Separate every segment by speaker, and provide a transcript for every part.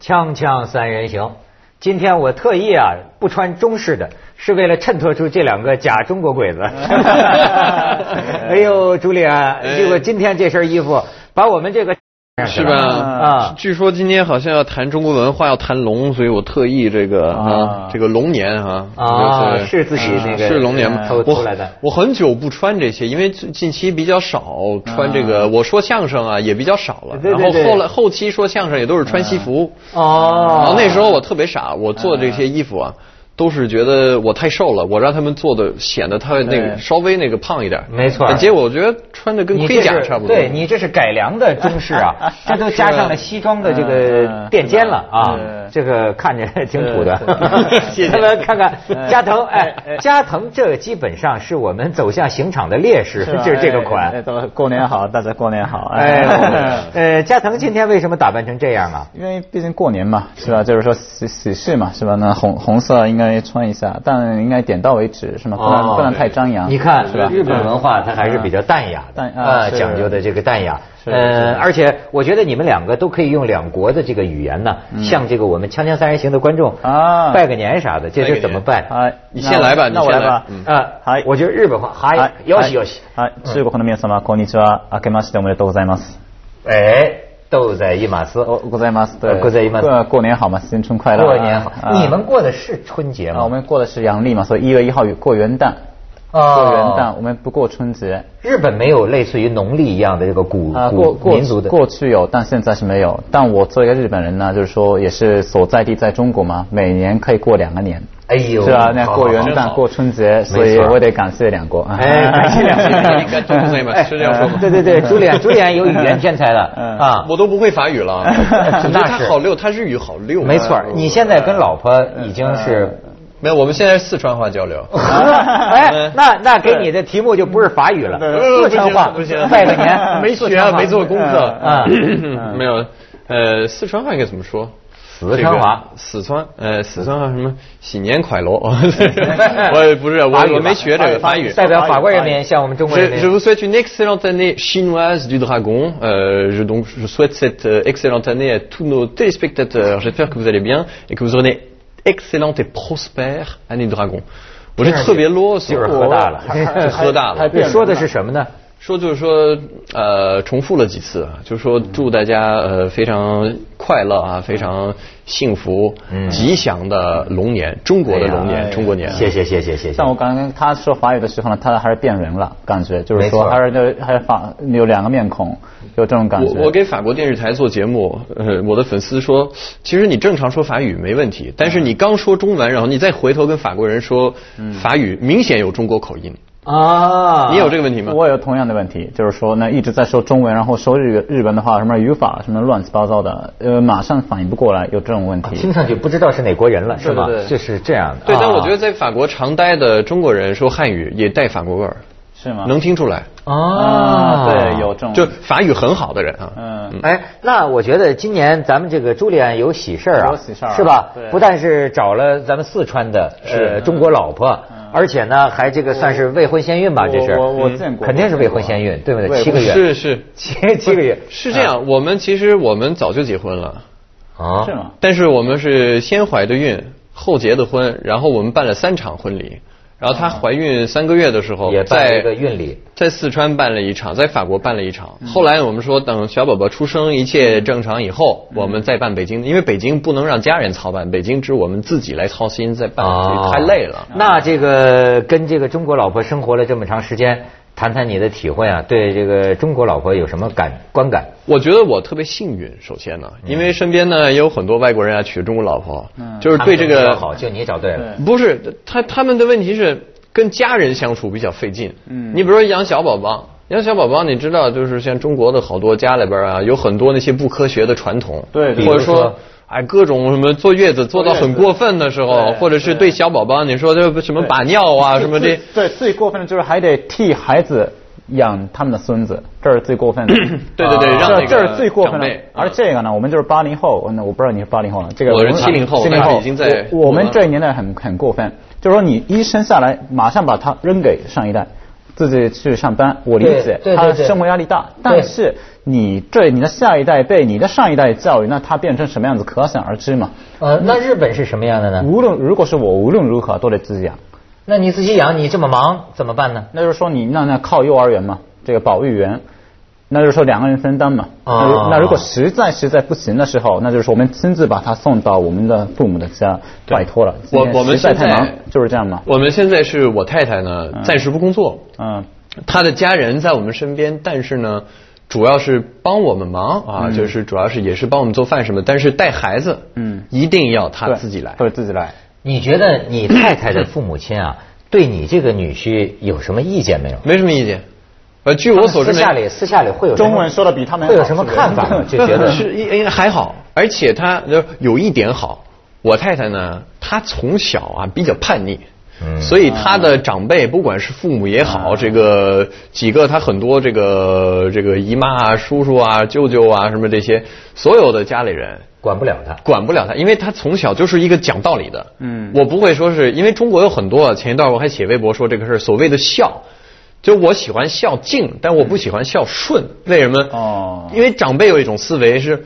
Speaker 1: 锵锵三人行，今天我特意啊不穿中式的，是为了衬托出这两个假中国 鬼子。 哎呦，朱莉安，这个今天这身衣服把我们这个
Speaker 2: 哎是吧？啊，据说今天好像要谈中国文化，要谈龙，所以我特意这个啊，这个龙年啊，
Speaker 1: 啊，是自己那个啊
Speaker 2: 是龙年
Speaker 1: 偷出来的。
Speaker 2: 我很久不穿这些，因为近期比较少穿这个。我说相声啊也比较少了，然后后来后期说相声也都是穿西服。啊
Speaker 1: 哦，
Speaker 2: 那时候我特别傻，我做这些衣服啊。都是觉得我太瘦了，我让他们做的显得他那个稍微那个胖一点，
Speaker 1: 没错。
Speaker 2: 结果我觉得穿的跟盔甲差不多。
Speaker 1: 对你这是改良的中式 啊，这都加上了西装的这
Speaker 2: 嗯
Speaker 1: 个垫肩了啊，这个看着挺土的。 咱们看看
Speaker 2: 嗯
Speaker 1: 加藤，哎，加藤这基本上是我们走向刑场的烈士， 就是这个
Speaker 2: 哎
Speaker 1: 款。
Speaker 3: 哎过年好，大家过年好。
Speaker 1: 哎，呃，加藤今天为什么打扮成这样啊？
Speaker 3: 因为毕竟过年嘛，是吧？就是说喜喜事嘛，是吧？那红红色应该。应该穿一下，但应该点到为止，是吗？不能不能太张扬。
Speaker 1: 哦你看，
Speaker 3: 是吧？
Speaker 1: 日本文化它还是比较淡雅的，啊，讲究的这个淡雅。呃，而且我觉得你们两个都可以用两国的这个语言呢，
Speaker 3: 嗯
Speaker 1: 向这个我们《锵锵三人行》的观众啊拜个年啥的，这是怎么办？
Speaker 3: 啊，
Speaker 2: 你先来吧，
Speaker 3: 那我来吧。
Speaker 1: 啊，嗨，我觉得哎日本话嗨，よしよし。
Speaker 3: 啊，中国の皆様こんにちは。明けましておめでとうございます。
Speaker 1: 哎。都在伊马斯，
Speaker 3: 过在马斯，对，
Speaker 1: 过在伊马斯，
Speaker 3: 过年好嘛，新春快乐，啊
Speaker 1: 过年好。你们过的是春节吗？
Speaker 3: 我们过的是阳历嘛，所以一月一号过元旦，过元旦，我们不过春节。
Speaker 1: 哦日本没有类似于农历一样的这个古古民族的，
Speaker 3: 啊过去有，但现在是没有。但我作为一个日本人呢，就是说也是所在地在中国嘛，每年可以过两个年。
Speaker 1: 哎呦，
Speaker 3: 是吧？那过元旦、过啊春节，所以我得感谢两国。
Speaker 1: 哎，感谢两国，
Speaker 2: 应该中国嘛，是这样说吗？
Speaker 1: 对对对，朱脸朱脸有语言天才的
Speaker 3: 嗯
Speaker 1: 啊，
Speaker 2: 我都不会法语 了。
Speaker 1: 那
Speaker 2: 是好溜，他日语好啊溜。
Speaker 1: 没错，你现在跟老婆已经是
Speaker 2: 呃没有，我们现在是四川话交流。
Speaker 3: 嗯
Speaker 2: 嗯
Speaker 1: 哎，那那给你的题目就不是法语了， 四川话
Speaker 2: 不行，
Speaker 1: 拜个年
Speaker 2: 没学，没做功课
Speaker 1: 嗯
Speaker 2: 啊， 没有。呃，四川话应该怎么说？
Speaker 1: 四川话，
Speaker 2: 四川，呃，四川话什么？新年 快乐！ 我也不是，我我没学这个法语。
Speaker 1: 代表法国人民向我们中国人民。
Speaker 2: Je vous souhaite une excellente année chinoise du dragon. Euh, Je donc je souhaite cette euh, excellente année à tous nos téléspectateurs. J'espère que vous allez bien et que vous aurez excellente et prospère année du dragon. 我是特别啰嗦，
Speaker 1: 就是 喝大 了，
Speaker 2: 就喝 大了。
Speaker 1: 这说的是什么呢？
Speaker 2: 说就是说，呃，重复了几次啊，就是说祝大家呃非常快乐啊，非常幸福、吉祥的龙年，中国的龙年，中国年。
Speaker 1: 哎谢谢谢谢谢谢。
Speaker 3: 但我刚刚他说法语的时候呢，他还是变人了，感觉就是说还是就还是法有两个面孔，有这种感觉。
Speaker 2: 我我给法国电视台做节目，呃，我的粉丝说，其实你正常说法语没问题，但是你刚说中文，然后你再回头跟法国人说法语，明显有中国口音。
Speaker 1: 啊，
Speaker 2: 你有这个问题吗？
Speaker 3: 我有同样的问题，就是说呢，一直在说中文，然后说日日文的话，什么语法什么乱七八糟的，呃，马上反应不过来，有这种问题。
Speaker 1: 啊听上去不知道是哪国人了，是吧？
Speaker 2: 对对对
Speaker 1: 就是这样的。
Speaker 2: 对，但我觉得在法国常待的中国人说汉语也带法国味儿，
Speaker 3: 是吗？
Speaker 2: 能听出来。
Speaker 1: 啊，
Speaker 3: 对，有这种。
Speaker 2: 就法语很好的人啊。
Speaker 3: 嗯。
Speaker 1: 哎，那我觉得今年咱们这个朱莉安有喜事儿啊，
Speaker 3: 有喜事儿啊
Speaker 1: 是吧？
Speaker 3: 对
Speaker 1: 不但是找了咱们四川的呃中国老婆，而且呢还这个算是未婚先孕吧，这是
Speaker 3: 嗯我我我见过
Speaker 1: 肯定是未婚先孕，对不对？
Speaker 3: 未
Speaker 1: 七个月，
Speaker 2: 是是
Speaker 1: 七七个月
Speaker 2: 是这样，我们其实我们早就结婚了，
Speaker 1: 啊
Speaker 3: 是吗？
Speaker 2: 但是我们是先怀的孕，后结的婚，然后我们办了三场婚礼。然后她怀孕三个月的时候，
Speaker 1: 也办了一个
Speaker 2: 在
Speaker 1: 孕礼。
Speaker 2: 在四川办了一场，在法国办了一场。
Speaker 1: 嗯
Speaker 2: 后来我们说，等小宝宝出生一切正常以后，
Speaker 1: 嗯
Speaker 2: 我们再办北京，因为北京不能让家人操办，北京只我们自己来操心
Speaker 1: 啊
Speaker 2: 再办，太累了。
Speaker 1: 那这个跟这个中国老婆生活了这么长时间，谈谈你的体会啊，对这个中国老婆有什么感观感？
Speaker 2: 我觉得我特别幸运，首先呢，
Speaker 1: 嗯
Speaker 2: 因为身边呢也有很多外国人啊娶了中国老婆，就是对这
Speaker 1: 他们都
Speaker 2: 个
Speaker 1: 比较好，就你找对了。
Speaker 2: 不是他他们的问题是跟家人相处比较费劲。嗯，你比如说养小宝宝，养小宝宝，你知道就是像中国的好多家里边啊，有很多那些不科学的传统，
Speaker 3: 对对
Speaker 2: 或
Speaker 1: 比如
Speaker 2: 者
Speaker 1: 说
Speaker 2: 说。哎，各种什么坐月子坐到很过分的时候，或者是对小宝宝，你说这什么把尿啊，什 么这，
Speaker 3: 对，最过分的就是还得替孩子养他们的孙子，这是最过分的。
Speaker 2: 对对对
Speaker 3: 啊
Speaker 2: 让
Speaker 3: 这
Speaker 2: 那个
Speaker 3: 这是最过分的
Speaker 2: 长辈。
Speaker 3: 而这个呢，我们就是八零后，那我不知道你是八零后了，啊这个
Speaker 2: 我是
Speaker 3: 们
Speaker 2: 70后
Speaker 3: 70
Speaker 2: 但是
Speaker 3: 后
Speaker 2: 已经在
Speaker 3: 我我们这一年代很很过分，就是说你一生下来马上把他扔给上一代。自己去上班，我理解
Speaker 1: 对对对
Speaker 3: 他
Speaker 1: 对
Speaker 3: 生活压力大，但是你对你的下一代被你的上一代教育，那他变成什么样子可想而知嘛。
Speaker 1: 呃，那日本是什么样的
Speaker 2: 嗯
Speaker 1: 呢？
Speaker 3: 无论如果是我，无论如何都得自己养。
Speaker 1: 那你自己养，你这么忙怎么办呢？
Speaker 3: 那就是说你那那靠幼儿园嘛，这个保育员，那就是说两个人分担嘛。
Speaker 1: 啊
Speaker 3: 那那如果实在实在不行的时候，那就是我们亲自把他送到我们的父母的家，
Speaker 2: 对
Speaker 3: 拜托了。
Speaker 2: 我
Speaker 3: 今天
Speaker 2: 我们
Speaker 3: 实在
Speaker 2: 现
Speaker 3: 太
Speaker 2: 在
Speaker 3: 忙，就是这样嘛。
Speaker 2: 我们现在是我太太呢，暂时不工作，
Speaker 3: 嗯，
Speaker 2: 他的家人在我们身边，但是呢，主要是帮我们忙啊，
Speaker 1: 嗯
Speaker 2: 就是主要是也是帮我们做饭什么，但是带孩子，
Speaker 3: 嗯
Speaker 2: 一定要他
Speaker 3: 对
Speaker 2: 自己来。
Speaker 3: 对，自己来。
Speaker 1: 你觉得你太太的父母亲啊，对你这个女婿有什么意见没有？
Speaker 2: 没什么意见。呃，据我所知
Speaker 1: 私
Speaker 2: 没，
Speaker 1: 下里私下里会有什么
Speaker 3: 中文说的比他们
Speaker 1: 会有
Speaker 3: 好
Speaker 1: 什么
Speaker 3: 是不是
Speaker 1: 看法吗？就觉得
Speaker 2: 是因为还好，而且他呃有一点好，我太太呢，她从小啊比较叛逆。
Speaker 1: 嗯
Speaker 2: 所以她的长辈，不管是父母也
Speaker 1: 啊
Speaker 2: 好，这个几个她很多这个这个姨妈啊、叔叔啊、舅舅啊什么这些，所有的家里人
Speaker 1: 管不了他。
Speaker 2: 管不了他，因为他从小就是一个讲道理的。
Speaker 3: 嗯
Speaker 2: 我不会说是因为中国有很多啊，前一段我还写微博说这个事儿，所谓的孝，就我喜欢孝敬，但我不喜欢孝顺。为什么？
Speaker 3: 哦
Speaker 2: 因为长辈有一种思维是，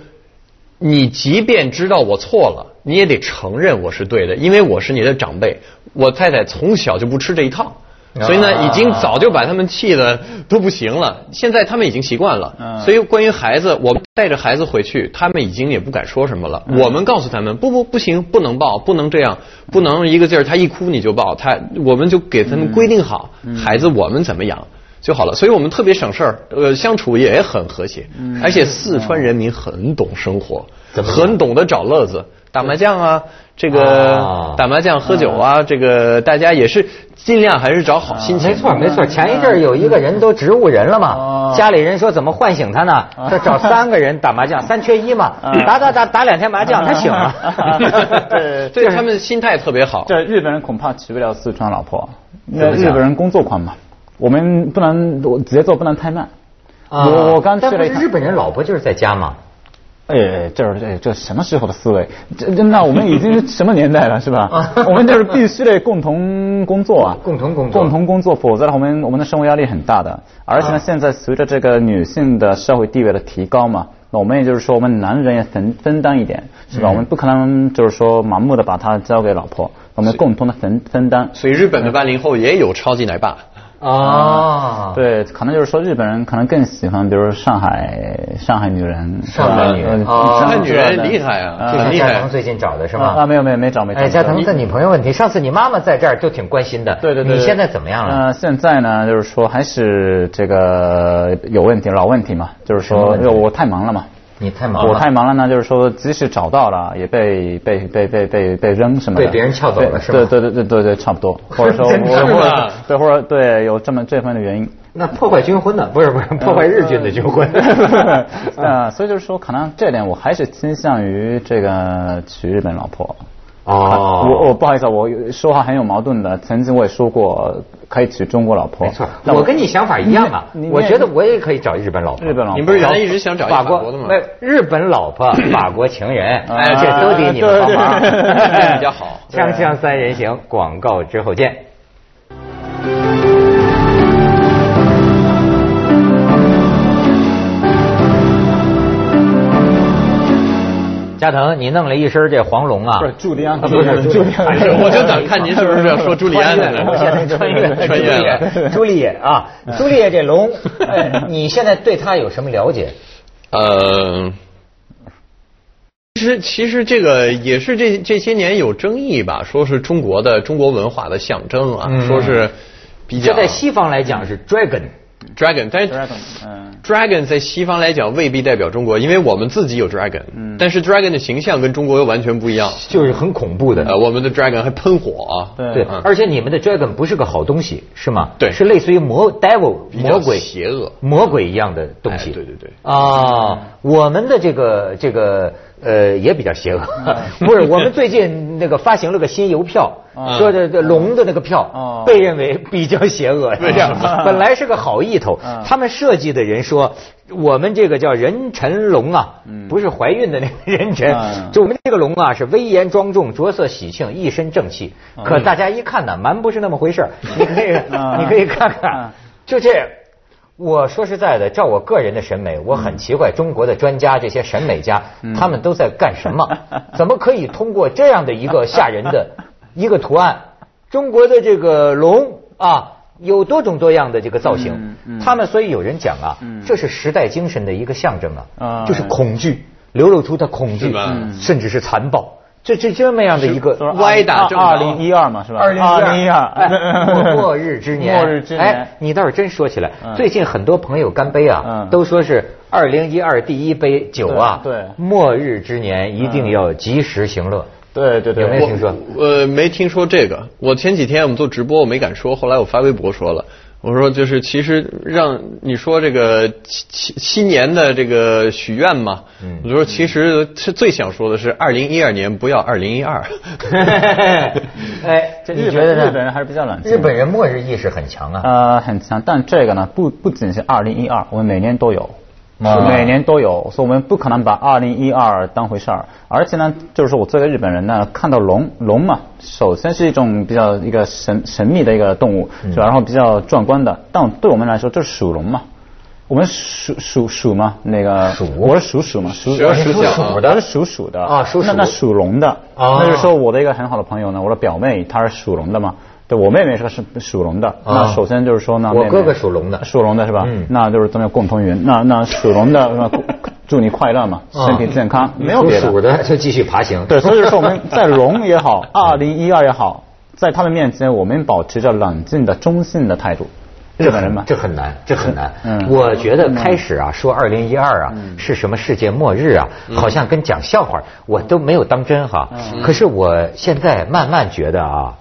Speaker 2: 你即便知道我错了，你也得承认我是对的，因为我是你的长辈。我太太从小就不吃这一套。
Speaker 3: 啊
Speaker 2: 所以呢，已经早就把他们气的都不行了。现在他们已经习惯了，
Speaker 3: 嗯
Speaker 2: 所以关于孩子，我们带着孩子回去，他们已经也不敢说什么了。
Speaker 1: 嗯
Speaker 2: 我们告诉他们，不不不行，不能抱，不能这样，不能一个劲儿，他一哭你就抱他，我们就给他们规定好，
Speaker 1: 嗯
Speaker 2: 孩子我们怎么养就好了。所以我们特别省事儿，呃，相处也很和谐，
Speaker 1: 嗯
Speaker 2: 而且四川人民很懂生活，
Speaker 1: 怎么
Speaker 2: 很懂得找乐子，打麻将啊，这
Speaker 1: 啊
Speaker 2: 个打麻将喝酒啊，这个大家也是尽量还是找好心
Speaker 1: 嗯
Speaker 2: 情。
Speaker 1: 啊没错没错，前一阵儿有一个人都植物人了嘛
Speaker 3: 哦，
Speaker 1: 家里人说怎么唤醒他呢？说找三个人打麻 将，三缺一嘛，打打打打两天麻将，他醒啊 了。
Speaker 2: 对呃他们心态特别好。
Speaker 3: 这日本人恐怕娶不了四川老婆，
Speaker 1: 怎
Speaker 3: 那
Speaker 1: 么
Speaker 3: 日
Speaker 1: 讲
Speaker 3: 本人工作狂嘛，我们不能我节奏不能太慢。
Speaker 1: 啊
Speaker 3: 我我刚去
Speaker 1: 但不
Speaker 3: 了
Speaker 1: 是
Speaker 3: 一趟
Speaker 1: 日本人老婆就是在家嘛，
Speaker 3: 哎，这是这这什么时候的思维？这这那我们已经什么年代了，是吧？我们就是必须得共同工作啊，
Speaker 1: 啊 共同工作啊
Speaker 3: 共同工作，否则的话我们我们的生活压力很大的。而且呢，现在随着这个女性的社会地位的提高嘛，那我们也就是说，我们男人也分分担一点，是
Speaker 1: 嗯
Speaker 3: 吧？我们不可能就是说盲目的把它交给老婆，我们共同的分分担。
Speaker 2: 所以日本的八零后也有超级奶爸。
Speaker 1: 啊，
Speaker 3: 对，可能就是说日本人可能更喜欢，比如上海上海女人，是吧
Speaker 1: 上海女人
Speaker 3: 嗯
Speaker 1: 哦
Speaker 2: 上海女人
Speaker 3: 是吧
Speaker 2: 厉害啊
Speaker 3: 嗯
Speaker 1: 就
Speaker 2: 很
Speaker 1: 是
Speaker 2: 厉
Speaker 1: 加
Speaker 2: 害
Speaker 1: 藤最近找的是
Speaker 3: 啊
Speaker 1: 吗？
Speaker 3: 没有没有没找没找。
Speaker 1: 哎，
Speaker 3: 没找
Speaker 1: 加藤的女朋友问题，上次你妈妈在这儿就挺关心的。
Speaker 3: 对对对，
Speaker 1: 你
Speaker 3: 对
Speaker 1: 现在怎么样了？
Speaker 3: 呃，现在呢，就是说还是这个有问题，老问题嘛，就是
Speaker 1: 什么
Speaker 3: 说
Speaker 1: 问题
Speaker 3: 因为我太忙了嘛。
Speaker 1: 你太忙了。
Speaker 3: 我太忙了呢，就是说，即使找到了，也被被被被被被扔什么的，
Speaker 1: 被别人撬走了
Speaker 3: 对
Speaker 1: 是吧
Speaker 3: 对对对对对，差不多，或者说
Speaker 1: 真
Speaker 3: 我
Speaker 1: 是
Speaker 3: 或
Speaker 2: 吗
Speaker 3: 者对或者对有这么这方面的原因。
Speaker 1: 那破坏军婚呢？不是不是，破坏日军的军婚。
Speaker 3: 呃，所以就是说，可能这点我还是倾向于这个娶日本老婆。
Speaker 1: 哦，
Speaker 3: 我我不好意思啊，我有说话很有矛盾的。曾经我也说过，可以娶中国老婆。
Speaker 1: 没错，
Speaker 3: 但
Speaker 1: 我跟你想法一样啊
Speaker 3: 你你，
Speaker 1: 我觉得我也可以找日本老婆。
Speaker 3: 日本老
Speaker 2: 你
Speaker 3: 婆
Speaker 2: 不是原来一直想找一
Speaker 1: 法
Speaker 2: 法
Speaker 1: 国
Speaker 2: 国的吗？
Speaker 1: 没日本老 婆，法国情人，哎，
Speaker 2: 啊
Speaker 1: 这都得你们帮忙，
Speaker 3: 对对对
Speaker 2: 这比较好。
Speaker 1: 锵锵三人行，广告之后见。加藤，你弄了一身这黄龙啊？
Speaker 3: 不是朱利安，
Speaker 1: 啊不是
Speaker 3: 朱利安
Speaker 1: 哎
Speaker 2: 是我就等看您是不是要说朱利安的呢
Speaker 1: 我现在穿越 了，
Speaker 2: 穿越了嗯
Speaker 1: 朱丽叶啊，朱丽叶这 龙，哎你现在对他有什么了解？
Speaker 2: 呃，其实其实这个也是这这些年有争议吧，说是中国的中国文化的象征啊，
Speaker 1: 嗯
Speaker 2: 说是比
Speaker 1: 这
Speaker 2: 较
Speaker 1: 在西方来讲是 dragon，
Speaker 2: dragon，但是
Speaker 3: Dragon，嗯
Speaker 2: dragon 在西方来讲未必代表中国，因为我们自己有 dragon，、但是 dragon 的形象跟中国又完全不一样。
Speaker 1: 就是很恐怖的。
Speaker 2: 呃，我们的 dragon 还喷火啊，
Speaker 3: 对
Speaker 1: 对
Speaker 2: 嗯，
Speaker 1: 而且你们的 dragon 不是个好东西，是吗？
Speaker 2: 对
Speaker 1: 是类似于魔 devil
Speaker 2: 比较
Speaker 1: 魔鬼
Speaker 2: 邪恶
Speaker 1: 魔鬼一样的东西。
Speaker 2: 哎对对对
Speaker 1: 啊，我们的这个这个呃也比较邪恶， 不是？我们最近那个发行了个新邮票，
Speaker 3: 嗯
Speaker 1: 说的这龙的那个票
Speaker 3: 哦
Speaker 1: 被认为比较邪恶，
Speaker 2: 为什 么
Speaker 1: 本来是个好意头
Speaker 3: 嗯，
Speaker 1: 他们设计的人说。我们这个叫人辰龙啊，不是怀孕的那个人辰，
Speaker 3: 嗯
Speaker 1: 就我们这个龙啊，是威严庄重、着色喜庆、一 身正气。可大家一看呢，蛮不是那么回事儿。你可以，
Speaker 3: 嗯
Speaker 1: 你可以看看
Speaker 3: 嗯，
Speaker 1: 就这。我说实在的，照我个人的审美，我很奇怪中国的专家这些审美家，他们都在干什么？怎么可以通过这样的一个吓人的一个图案？中国的这个龙啊，有多种多样的这个造型，他们所以有人讲啊，这是时代精神的一个象征啊，就是恐惧流露出他恐惧，甚至是残暴。这这这么样的一 个
Speaker 2: 歪打正着，
Speaker 3: 啊二零一二嘛是吧？
Speaker 1: 二
Speaker 3: 零一
Speaker 1: 二，末哎日之年，
Speaker 3: 末日之年。嗯哎，
Speaker 1: 你倒是真说起来，最近很多朋友干杯啊，都说是二零一二第一杯酒啊，
Speaker 3: 嗯对，
Speaker 1: 末日之年一定要及时行乐。
Speaker 3: 对对对，
Speaker 1: 有没有听说？
Speaker 2: 呃，没听说这个。我前几天我们做直播，我没敢说，后来我发微博说了。我说，就是其实让你说这个新新年的这个许愿嘛，我说其实是最想说的是，二零一二年不要二零一二。
Speaker 1: 哎，这你觉得
Speaker 3: 嗯日本人还是比较冷静。
Speaker 1: 日本人末日意识很强啊。
Speaker 3: 呃，很强，但这个呢，不不仅是二零一二，我们每年都有。每年都有，所以我们不可能把二零一二当回事儿。而且呢，就是说我作为日本人呢，看到龙龙嘛，首先是一种比较一个神神秘的一个动物，是吧？然后比较壮观的。但对我们来说，这是属龙嘛，我们属属属嘛，那个我是属鼠嘛，属
Speaker 2: 属
Speaker 1: 鼠
Speaker 3: 的，我是属鼠的
Speaker 1: 啊，属
Speaker 3: 那那属龙的，那就是说我的一个很好的朋友呢，我的表妹她是属龙的嘛。对我妹妹是个是属龙的，那首先就是说呢，
Speaker 1: 啊我哥哥属龙的，嗯
Speaker 3: 属龙的是吧？那就是咱们共同云，那那属龙的，祝你快乐嘛，啊身体健康，没有别
Speaker 1: 啊嗯的。属的就继续爬行。
Speaker 3: 对，所以说我们在龙也好， 二零一二也好，在他们面前我们保持着冷静的、中性的态度。日本人嘛，
Speaker 1: 这很难，这很难。嗯，我觉得开始啊，说二零一二啊是什么世界末日啊，好像跟讲笑话，我都没有当真哈。可是我现在慢慢觉得啊。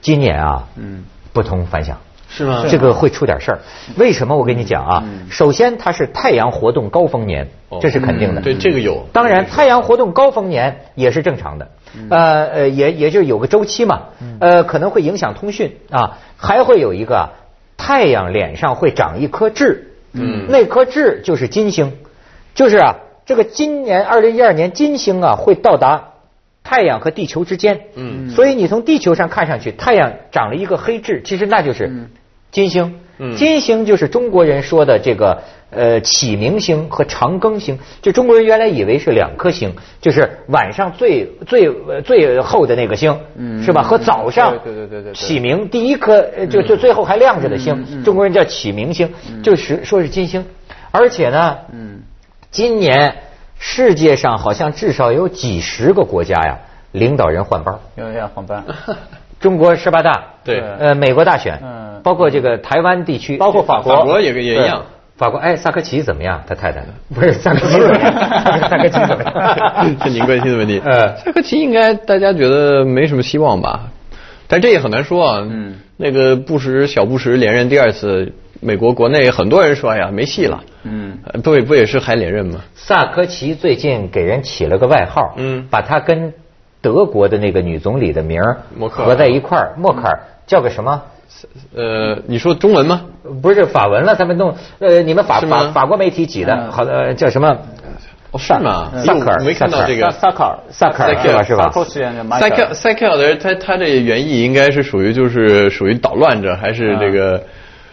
Speaker 1: 今年啊，嗯，不同凡响，
Speaker 2: 是嗯吗？
Speaker 1: 这个会出点事儿。为什么？我跟你讲啊，首先它是太阳活动高峰年，这是肯定的。
Speaker 2: 哦嗯对，这个有。
Speaker 1: 当然，太阳活动高峰年也是正常的，
Speaker 2: 嗯
Speaker 1: 呃呃，也也就有个周期嘛，呃，可能会影响通讯啊，还会有一个啊太阳脸上会长一颗痣，嗯，那颗痣就是金星，就是啊，这个今年二零一二年金星啊会到达。太阳和地球之间，嗯，所以你从地球上看上去，太阳长了一个黑痣，其实那就是金星。
Speaker 2: 嗯
Speaker 1: 金星就是中国人说的这个呃启明星和长庚星，就中国人原来以为是两颗星，就是晚上最最最后的那个星，是吧？和早上
Speaker 2: 对对对嗯对
Speaker 1: 启明第一颗呃就就最后还亮着的星，中国人叫启明星，就是说是金星，而且呢，嗯，今年。世界上好像至少有几十个国家呀，领导人换班。
Speaker 3: 有点换班。
Speaker 1: 啊中国十八大，
Speaker 2: 对，
Speaker 1: 呃，美国大选，嗯，包括这个台湾地区，
Speaker 3: 包括法国，
Speaker 2: 法国也也一样。
Speaker 1: 法国，哎，萨科齐怎么样？他太 太不是萨科齐怎么样？ 萨科齐怎么样？
Speaker 2: 是您关心的问题。呃，萨科齐应该大家觉得没什么希望吧？但这也很难说啊。嗯。那个布什小布什连任第二次。美国国内很多人说哎呀，没戏了。嗯，不不也是还连任吗？
Speaker 1: 萨科齐最近给人起了个外号，嗯，把他跟德国的那个女总理的名儿合在一块儿，默克尔叫个什么？
Speaker 2: 呃，你说中文吗？
Speaker 1: 不是法文了，他们弄呃，你们法法法国媒体挤
Speaker 2: 嗯
Speaker 1: 的，好的叫什么？
Speaker 2: 哦，是吗？哎
Speaker 1: 萨克尔
Speaker 2: 没看到这个
Speaker 3: 萨克尔，
Speaker 1: 萨克尔是吧？
Speaker 3: 啊
Speaker 1: 是吧？
Speaker 2: 萨克萨克尔的他他这原意应该是属于就是属于捣乱者还是这个？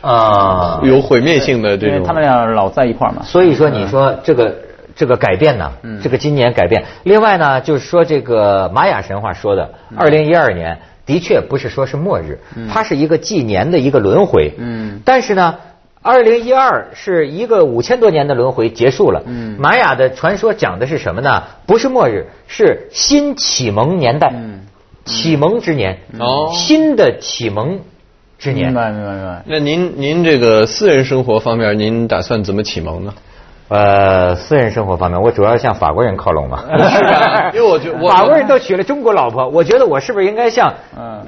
Speaker 1: 啊，
Speaker 2: 有毁灭性的这种，
Speaker 3: 他们俩老在一块儿嘛。
Speaker 1: 所以说，你说这个这个改变呢，这个今年改变。另外呢，就是说这个玛雅神话说的，二零一二年的确不是说是末日，它是一个纪年的一个轮回。嗯，但是呢，二零一二是一个五千多年的轮回结束了。嗯，玛雅的传说讲的是什么呢？不是末日，是新启蒙年代，启蒙之年，新的启蒙。之年，
Speaker 3: 明白明白明白。
Speaker 2: 那您您这个私人生活方面，您打算怎么启蒙呢？
Speaker 1: 呃，私人生活方面，我主要向法国人靠拢嘛。
Speaker 2: 是吧？因为我觉得
Speaker 1: 法国人都娶了中国老婆，我觉得我是不是应该像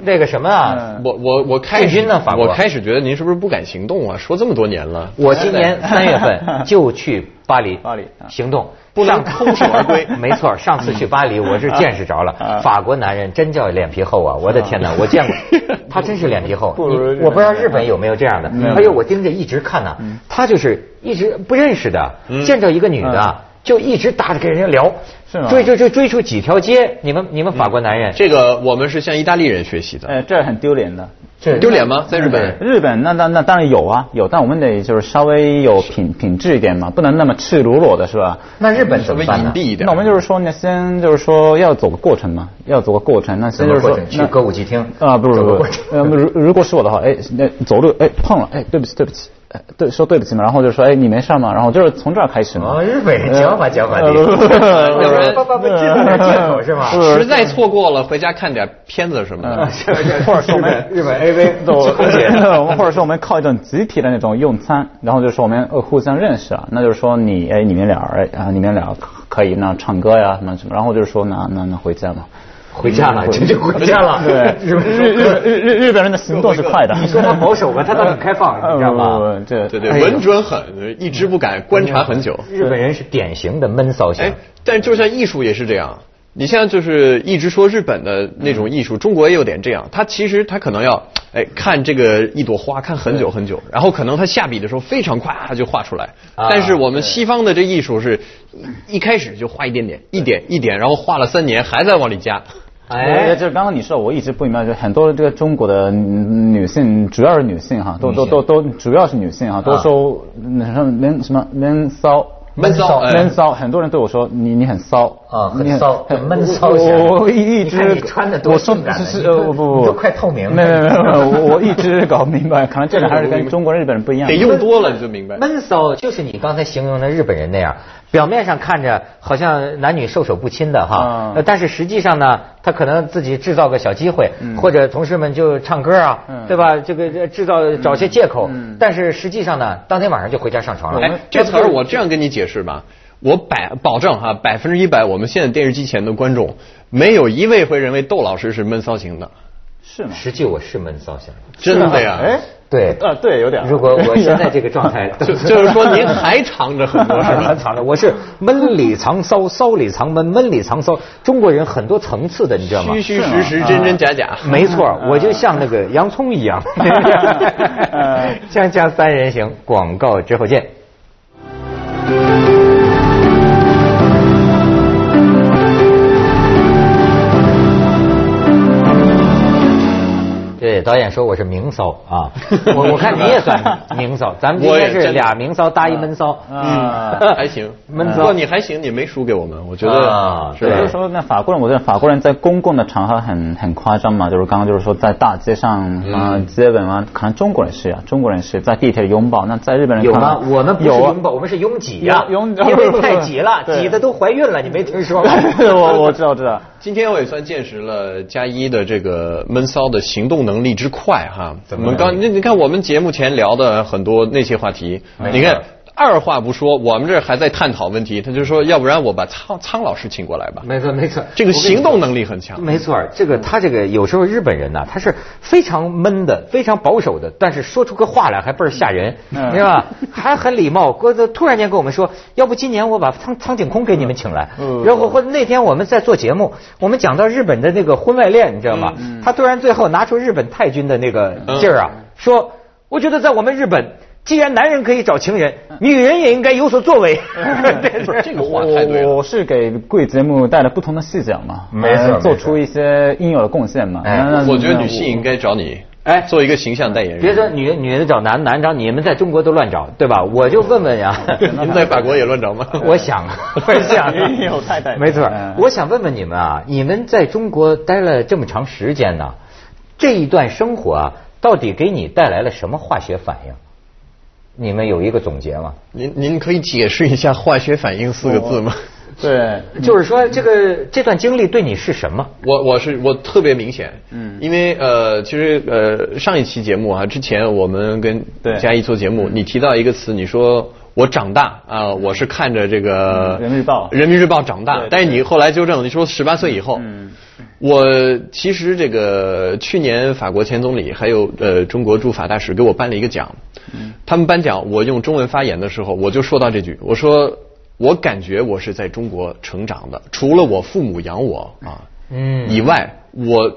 Speaker 1: 那个什么啊？
Speaker 2: 嗯我我我开
Speaker 1: 始呢，法国。
Speaker 2: 我开始觉得您是不是不敢行动啊？说这么多年了。
Speaker 1: 我今年三月份就去巴黎，
Speaker 3: 哎巴黎啊
Speaker 1: 行动。
Speaker 2: 不能空手而归。
Speaker 1: 没错，上次去巴黎，我是见识着
Speaker 3: 嗯啊
Speaker 1: 了，法国男人真叫脸皮厚啊！我的天哪，我见过， 他真是脸皮厚。我不知道日本有没有这样的。哎呦，我盯着一直看呢，
Speaker 3: 嗯
Speaker 1: 他就是一直不认识的，见着一个女
Speaker 3: 嗯
Speaker 1: 的啊就一直打着跟人家聊，追追追追出几条街。你们你们法国男人，
Speaker 3: 嗯
Speaker 2: 这个我们是向意大利人学习的。
Speaker 3: 哎，这很丢脸的。
Speaker 1: 是
Speaker 2: 丢脸吗？在日本？
Speaker 3: 哦日本那那那当然有啊，有，但我们得就是稍微有品品质一点嘛，不能那么赤裸裸的是吧？
Speaker 1: 那日本怎么办
Speaker 2: 稍
Speaker 1: 呢
Speaker 2: 微？隐蔽一点
Speaker 3: 那我们就是说呢，先就是说要走个过程嘛，要走个过程。那先
Speaker 1: 怎
Speaker 3: 就
Speaker 1: 么
Speaker 3: 是
Speaker 1: 过
Speaker 3: 说
Speaker 1: 程？去
Speaker 3: 那
Speaker 1: 歌舞伎厅
Speaker 3: 啊，不是
Speaker 1: 走
Speaker 3: 不
Speaker 1: 个过
Speaker 3: 是不
Speaker 1: 程
Speaker 3: 是，呃，如如果是我的话，哎，那走路哎碰了，哎，对不起对不起，哎，对，说对不起嘛，然后就说哎你没事儿吗？然后就是从这儿开始嘛
Speaker 1: 哦，。日本人狡猾狡猾
Speaker 3: 呃 不不不
Speaker 1: 的，
Speaker 3: 不嗯
Speaker 2: 要不然
Speaker 1: 爸爸不知道点借口是嗯吧？
Speaker 2: 实在错过了，回家看点片子什么的。
Speaker 1: 或者说我们日本 AV
Speaker 3: 我
Speaker 1: 空姐
Speaker 3: 我们或者说我们靠一种集体的那种用餐，然后就是说我们呃互相认识啊，那就是说你哎你们俩哎啊你们俩可以那唱歌呀那什么，然后就是说那那那回家嘛。
Speaker 1: 回家了，这就回家了。
Speaker 3: 对，
Speaker 1: 日本
Speaker 3: 日日日日日本人的行动是快的。
Speaker 1: 你 说他保守吧，他倒很开放，你知道
Speaker 3: 呃不
Speaker 1: 吗？
Speaker 3: 不不这
Speaker 2: 对对，
Speaker 3: 哎
Speaker 2: 稳准狠，一直不改，观察很久。
Speaker 1: 日本人是典型的闷骚型
Speaker 2: 哎，，但就像艺术也是这样，你像就是一直说日本的那种艺术，中国也有点这样。他其实他可能要哎看这个一朵花看很久很久，然后可能他下笔的时候非常快，他就画出来。
Speaker 1: 啊
Speaker 2: 但是我们西方的这艺术是一一开始就画一点点，一点一点，然后画了三年还在往里加。
Speaker 3: 哎，
Speaker 1: 哎，
Speaker 3: 就是刚刚你说，我一直不明白，就很多这个中国的嗯女性，主要是女性哈，都都都都主要是女性哈，
Speaker 1: 啊
Speaker 3: 都说那什么闷什么闷骚。
Speaker 2: 闷骚哎
Speaker 3: 闷骚，很多人对我说你你很骚
Speaker 1: 啊很
Speaker 3: 你
Speaker 1: 骚
Speaker 3: 很
Speaker 1: 很闷骚
Speaker 3: 我
Speaker 1: 型
Speaker 3: 我我一
Speaker 1: 你
Speaker 3: 直
Speaker 1: 看你穿得多
Speaker 3: 我说
Speaker 1: 性感呢
Speaker 3: 是
Speaker 1: 你
Speaker 3: 是
Speaker 1: 都
Speaker 3: 呃不不
Speaker 1: 你
Speaker 3: 不
Speaker 1: 都快透明了
Speaker 3: 没有没有没 有，我我一直搞不明白，可能这个还是跟中国人日本人不一样。
Speaker 2: 得用多了你就明白。
Speaker 1: 闷骚就是你刚才形容的日本人那样，表面上看着好像男女授手不亲的哈
Speaker 3: 嗯，
Speaker 1: 呃但是实际上呢，他可能自己制造个小机会，
Speaker 2: 嗯
Speaker 1: 或者同事们就唱歌啊，
Speaker 3: 嗯
Speaker 1: 对吧？这个这制造找些借口
Speaker 3: 嗯，
Speaker 1: 但是实际上呢，当天晚上就回家上床了
Speaker 2: 哎。，这词儿我这样跟你解释吧，我百保证哈，百分之一百，我们现在电视机前的观众没有一位会认为窦老师是闷骚型的，
Speaker 3: 是吗？
Speaker 1: 实际我是闷骚型，
Speaker 2: 真的呀。
Speaker 3: 哎，
Speaker 1: 对，
Speaker 3: 呃对，有点。
Speaker 1: 如果我现在这个状 态，
Speaker 2: 就就是说您还藏着很多是吧？
Speaker 1: 藏着，我是闷里藏骚，骚里藏闷，闷里藏骚。中国人很多层次的，你知道吗
Speaker 2: 虚？虚实实，真真假假。
Speaker 1: 没错，我就像那个洋葱一样。 锵锵三人行，广告之后见。对，导演说我是明骚 啊，我我看你也算明骚，咱们今天
Speaker 2: 我也
Speaker 1: 是
Speaker 2: 真的
Speaker 1: 俩明骚搭一闷骚，
Speaker 3: 嗯
Speaker 2: 还行，
Speaker 1: 闷骚
Speaker 2: 不过啊你还行，你没输给我们，我觉
Speaker 1: 啊
Speaker 2: 得是
Speaker 3: 所以
Speaker 2: 吧
Speaker 1: 对？
Speaker 3: 说，那法国人，我觉得法国人在公共的场合很很夸张嘛，就是刚刚就是说在大街上
Speaker 1: 嗯
Speaker 3: 啊、呃接吻啊，可能中国人是啊，中国人是在地铁拥抱，那在日本人
Speaker 1: 有
Speaker 3: 可
Speaker 1: 吗？
Speaker 3: 能
Speaker 1: 我们不是
Speaker 3: 有啊
Speaker 1: 拥抱，我们是拥挤呀、
Speaker 3: 拥拥
Speaker 1: 因为太挤了，
Speaker 3: 对
Speaker 1: 挤得都怀孕了，你没听说吗？
Speaker 3: 我我知道知道，
Speaker 2: 今天我也算见识了加一的这个闷骚的行动能力之快哈。我
Speaker 1: 怎么
Speaker 2: 们刚你你看我们节目前聊的很多那些话题，你看二话不说，我们这还在探讨问题，他就说要不然我把苍苍老师请过来吧。
Speaker 1: 没错没错，
Speaker 2: 这个
Speaker 1: 我跟你
Speaker 2: 行动能力很强。
Speaker 1: 没错，这个他这个有时候日本人呐，他是非常闷的，非常保守的，但是说出个话来还倍儿吓人，
Speaker 3: 嗯
Speaker 1: 你知道吧？还很礼貌。郭子突然间跟我们说，要不今年我把苍苍井空给你们请来，然后或者那天我们在做节目，我们讲到日本的那个婚外恋，你知道吗？他突然最后拿出日本太君的那个劲儿啊，说，我觉得在我们日本。既然男人可以找情人，女人也应该有所作为。 对
Speaker 2: 不是这个话太对
Speaker 3: 我
Speaker 2: 了。
Speaker 3: 我是给贵节目带来不同的视角嘛，
Speaker 1: 没错
Speaker 3: 呃
Speaker 1: 没错
Speaker 3: 做出一些应有的贡献嘛。
Speaker 1: 哎
Speaker 3: 那
Speaker 2: 我觉得女性应该找你，
Speaker 1: 哎
Speaker 2: 做一个形象代言人。
Speaker 1: 别说女女的找男，男找你们在中国都乱找，对吧？我就问问呀，
Speaker 2: 您在法国也乱找吗？
Speaker 1: 我想，啊 我想
Speaker 3: 也有太太
Speaker 1: 没错
Speaker 3: 嗯，
Speaker 1: 我想问问你们啊，你们在中国待了这么长时间呢，这一段生活啊，到底给你带来了什么化学反应？你们有一个总结吗？
Speaker 2: 您您可以解释一下化学反应四个字吗？
Speaker 3: 对，
Speaker 1: 就是说，这个这段经历对你是什么？
Speaker 2: 我我是我特别明显，
Speaker 3: 嗯
Speaker 2: 因为呃，其实呃上一期节目啊，之前我们跟
Speaker 3: 对嗯
Speaker 2: 嘉一做节目，你提到一个词，你说我长大啊、我是看着这个
Speaker 3: 嗯人民日报
Speaker 2: 人民日报长大
Speaker 3: 对，
Speaker 2: 但是你后来纠正，你说十八岁以后，
Speaker 3: 嗯
Speaker 2: 我其实这个去年法国前总理还有呃中国驻法大使给我颁了一个奖，
Speaker 3: 嗯
Speaker 2: 他们颁奖，我用中文发言的时候，我就说到这句，我说我感觉我是在中国成长的，除了我父母养我啊，
Speaker 1: 嗯
Speaker 2: 以外，我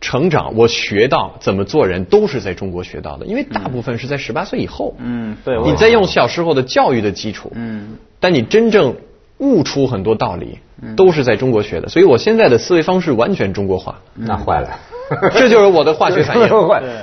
Speaker 2: 成长我学到怎么做人都是在中国学到的，因为大部分是在十八岁以后，
Speaker 3: 嗯，对，我
Speaker 2: 你在用小时候的教育的基础，
Speaker 3: 嗯
Speaker 2: 但你真正悟出很多道理，都是在中国学的，所以我现在的思维方式完全中国化。
Speaker 1: 那坏了。
Speaker 2: 这就是我的化学反 应。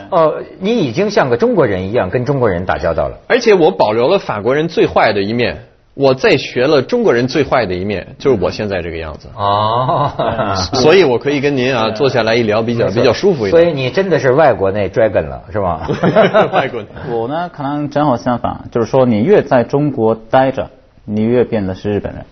Speaker 1: 哦，你已经像个中国人一样跟中国人打交道了。
Speaker 2: 而且我保留了法国人最坏的一面，我再学了中国人最坏的一面，就是我现在这个样子。
Speaker 1: 哦，
Speaker 3: 嗯
Speaker 2: 所以我可以跟您啊坐下来一聊，比较比较舒服一点。
Speaker 1: 所以你真的是外国那 dragon 了，是吧？
Speaker 2: 外国。
Speaker 3: 我呢，可能正好相反，就是说你越在中国待着，你越变得是日本人。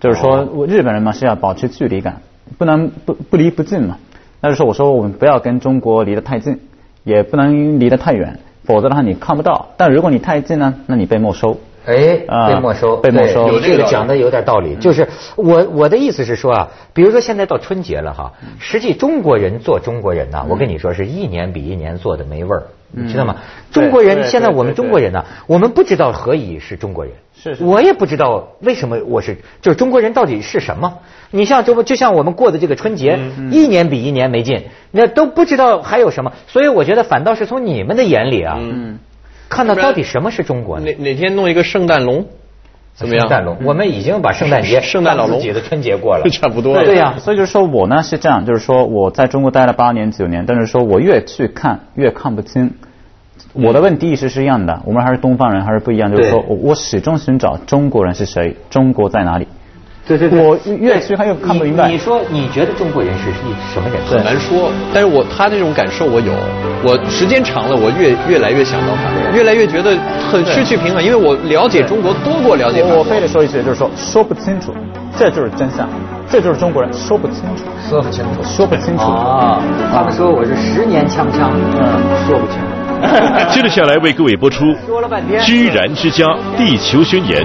Speaker 3: 就是说，我日本人嘛是要保持距离感，不能不不离不近嘛。但是说，我说我们不要跟中国离得太近，也不能离得太远，否则的话你看不到。但如果你太近呢，那你被没收。
Speaker 1: 哎，被没收，
Speaker 3: 啊被没收。嗯
Speaker 1: 有这个讲的有点道理，就是我我的意思是说啊，比如说现在到春节了哈，
Speaker 3: 嗯
Speaker 1: 实际中国人做中国人呐、啊，我跟你说是一年比一年做的没味儿，
Speaker 3: 嗯
Speaker 1: 你知道吗？中国人现在我们中国人呐、啊，我们不知道何以是中国人。
Speaker 3: 是,是，
Speaker 1: 我也不知道为什么我是，就是中国人到底是什么？你像中国，就像我们过的这个春节，
Speaker 3: 嗯
Speaker 1: 一年比一年没劲，那都不知道还有什么。所以我觉得反倒是从你们的眼里啊，
Speaker 3: 嗯
Speaker 1: 看到到底什么是中国
Speaker 2: 哪哪天弄一个圣诞龙，怎么样？嗯
Speaker 1: 圣诞龙，我们已经把圣诞节、
Speaker 2: 圣诞老龙
Speaker 1: 自己的春节过了，
Speaker 2: 差不多。
Speaker 1: 对呀，
Speaker 3: 所以就是说我呢是这样，就是说我在中国待了八年九年，但是说我越去看越看不清。我的问题意识是一样的，我们还是东方人，还是不一样。就是说我始终寻找中国人是谁，中国在哪里。
Speaker 1: 对对对，
Speaker 3: 我越去他又看不明白。
Speaker 1: 你说你觉得中国人是一什么人？
Speaker 2: 很难说，但是我他这种感受我有。我时间长了，我越越来越想到法国人，越来越觉得很失去平衡，因为我了解中国多过了解法国。
Speaker 3: 我非得说一句，就是说说不清楚，这就是真相，这就是中国人说不清楚，
Speaker 1: 说不清楚，
Speaker 3: 说不清楚
Speaker 1: 啊！他们说我是十年锵锵，嗯，说不清楚。
Speaker 4: 接着下来为各位播出
Speaker 1: 说了半天
Speaker 4: 《居然之家·地球宣言》。